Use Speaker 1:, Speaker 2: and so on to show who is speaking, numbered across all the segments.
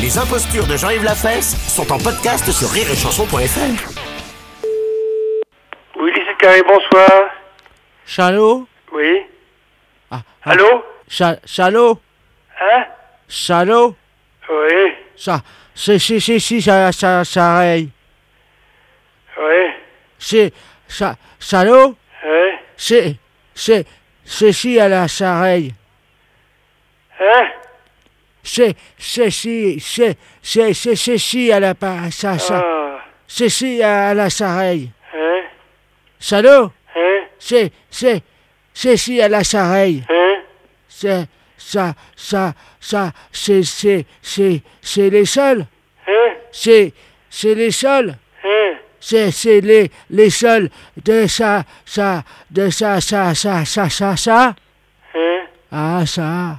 Speaker 1: Les impostures de Jean-Yves Lafesse sont en podcast sur rireetchanson.fr.
Speaker 2: Oui, Lise Carré, bonsoir.
Speaker 3: Chalot
Speaker 2: Oui.
Speaker 3: ah, ah,
Speaker 2: Allô
Speaker 3: Cha- Chalot
Speaker 2: Hein
Speaker 3: Chalot
Speaker 2: Oui,
Speaker 3: Ça, c'est, c'est, c'est, c'est, ça, ça, ça, raye.
Speaker 2: oui,
Speaker 3: c'est, ça, Chalot
Speaker 2: oui.
Speaker 3: C'est, c'est, c'est, si à la Sareille.
Speaker 2: Hein
Speaker 3: C'est, c'est, si, c'est, c'est, c'est, c'est, si à la, pa- ça, ça,
Speaker 2: Ah,
Speaker 3: c'est, si à la Sareille.
Speaker 2: hein
Speaker 3: Chalot
Speaker 2: Hein
Speaker 3: C'est, c'est, c'est, si à la Sareille.
Speaker 2: Hein
Speaker 3: C'est, ça, ça, ça, c'est, c'est, c'est, c'est les seuls.
Speaker 2: Hein
Speaker 3: C'est, c'est les seuls.
Speaker 2: Hein
Speaker 3: C'est, c'est les, les seuls de ça, ça, de ça, ça, ça, ça, ça, ça.
Speaker 2: Hein
Speaker 3: Ah, ça.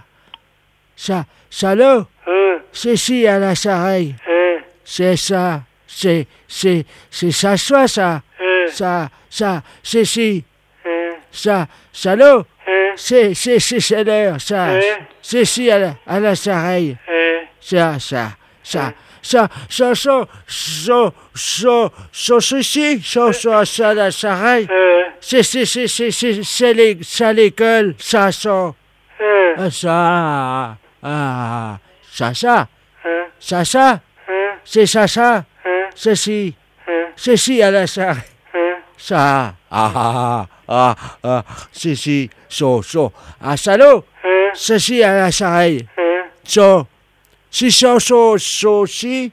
Speaker 3: Ça, salaud,
Speaker 2: Hein
Speaker 3: c'est si à la sareille.
Speaker 2: Hein
Speaker 3: C'est ça. C'est, c'est, c'est ça, soit ça.
Speaker 2: Hein
Speaker 3: Ça, ça, c'est si.
Speaker 2: Hein
Speaker 3: Ça, salaud,
Speaker 2: Hein
Speaker 3: c'est, c'est, c'est, c'est l'heure, ça. C'est si à la, à la sareille.
Speaker 2: Hein
Speaker 3: Ça, ça, ça, ça, ça, ça, ça, ça, ça, ceci, ça, ça, ça, la sareille.
Speaker 2: Hein
Speaker 3: C'est, c'est, c'est, c'est, c'est, c'est l'é- ça, l'école, ça, ça,
Speaker 2: Hein
Speaker 3: ah, ça, ah, ça, ça,
Speaker 2: Hein
Speaker 3: ça, ça,
Speaker 2: Hein
Speaker 3: c'est ça, ça,
Speaker 2: Hein
Speaker 3: ceci,
Speaker 2: Hein
Speaker 3: ceci à la sareille.
Speaker 2: Hein
Speaker 3: Ça, ah, ah, ah, ah, ceci, ça, ça, ah, salaud,
Speaker 2: Hein
Speaker 3: ceci à la sareille,
Speaker 2: Hein
Speaker 3: ça, si, ça, ça, ça, si,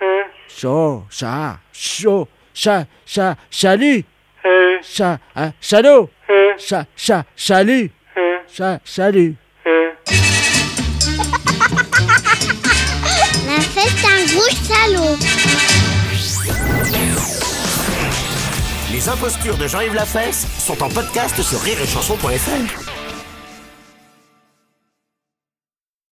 Speaker 2: Hein
Speaker 3: So, ça, so, ça, ça, salut,
Speaker 2: Hein
Speaker 3: ça, hein, salaud,
Speaker 2: Hein
Speaker 3: ça, ça, salut,
Speaker 2: Hein
Speaker 3: ça, salut.
Speaker 2: Hein
Speaker 4: La fête, c'est un gros salaud.
Speaker 1: Les impostures de Jean-Yves Lafesse sont en podcast sur rireetchanson.fr.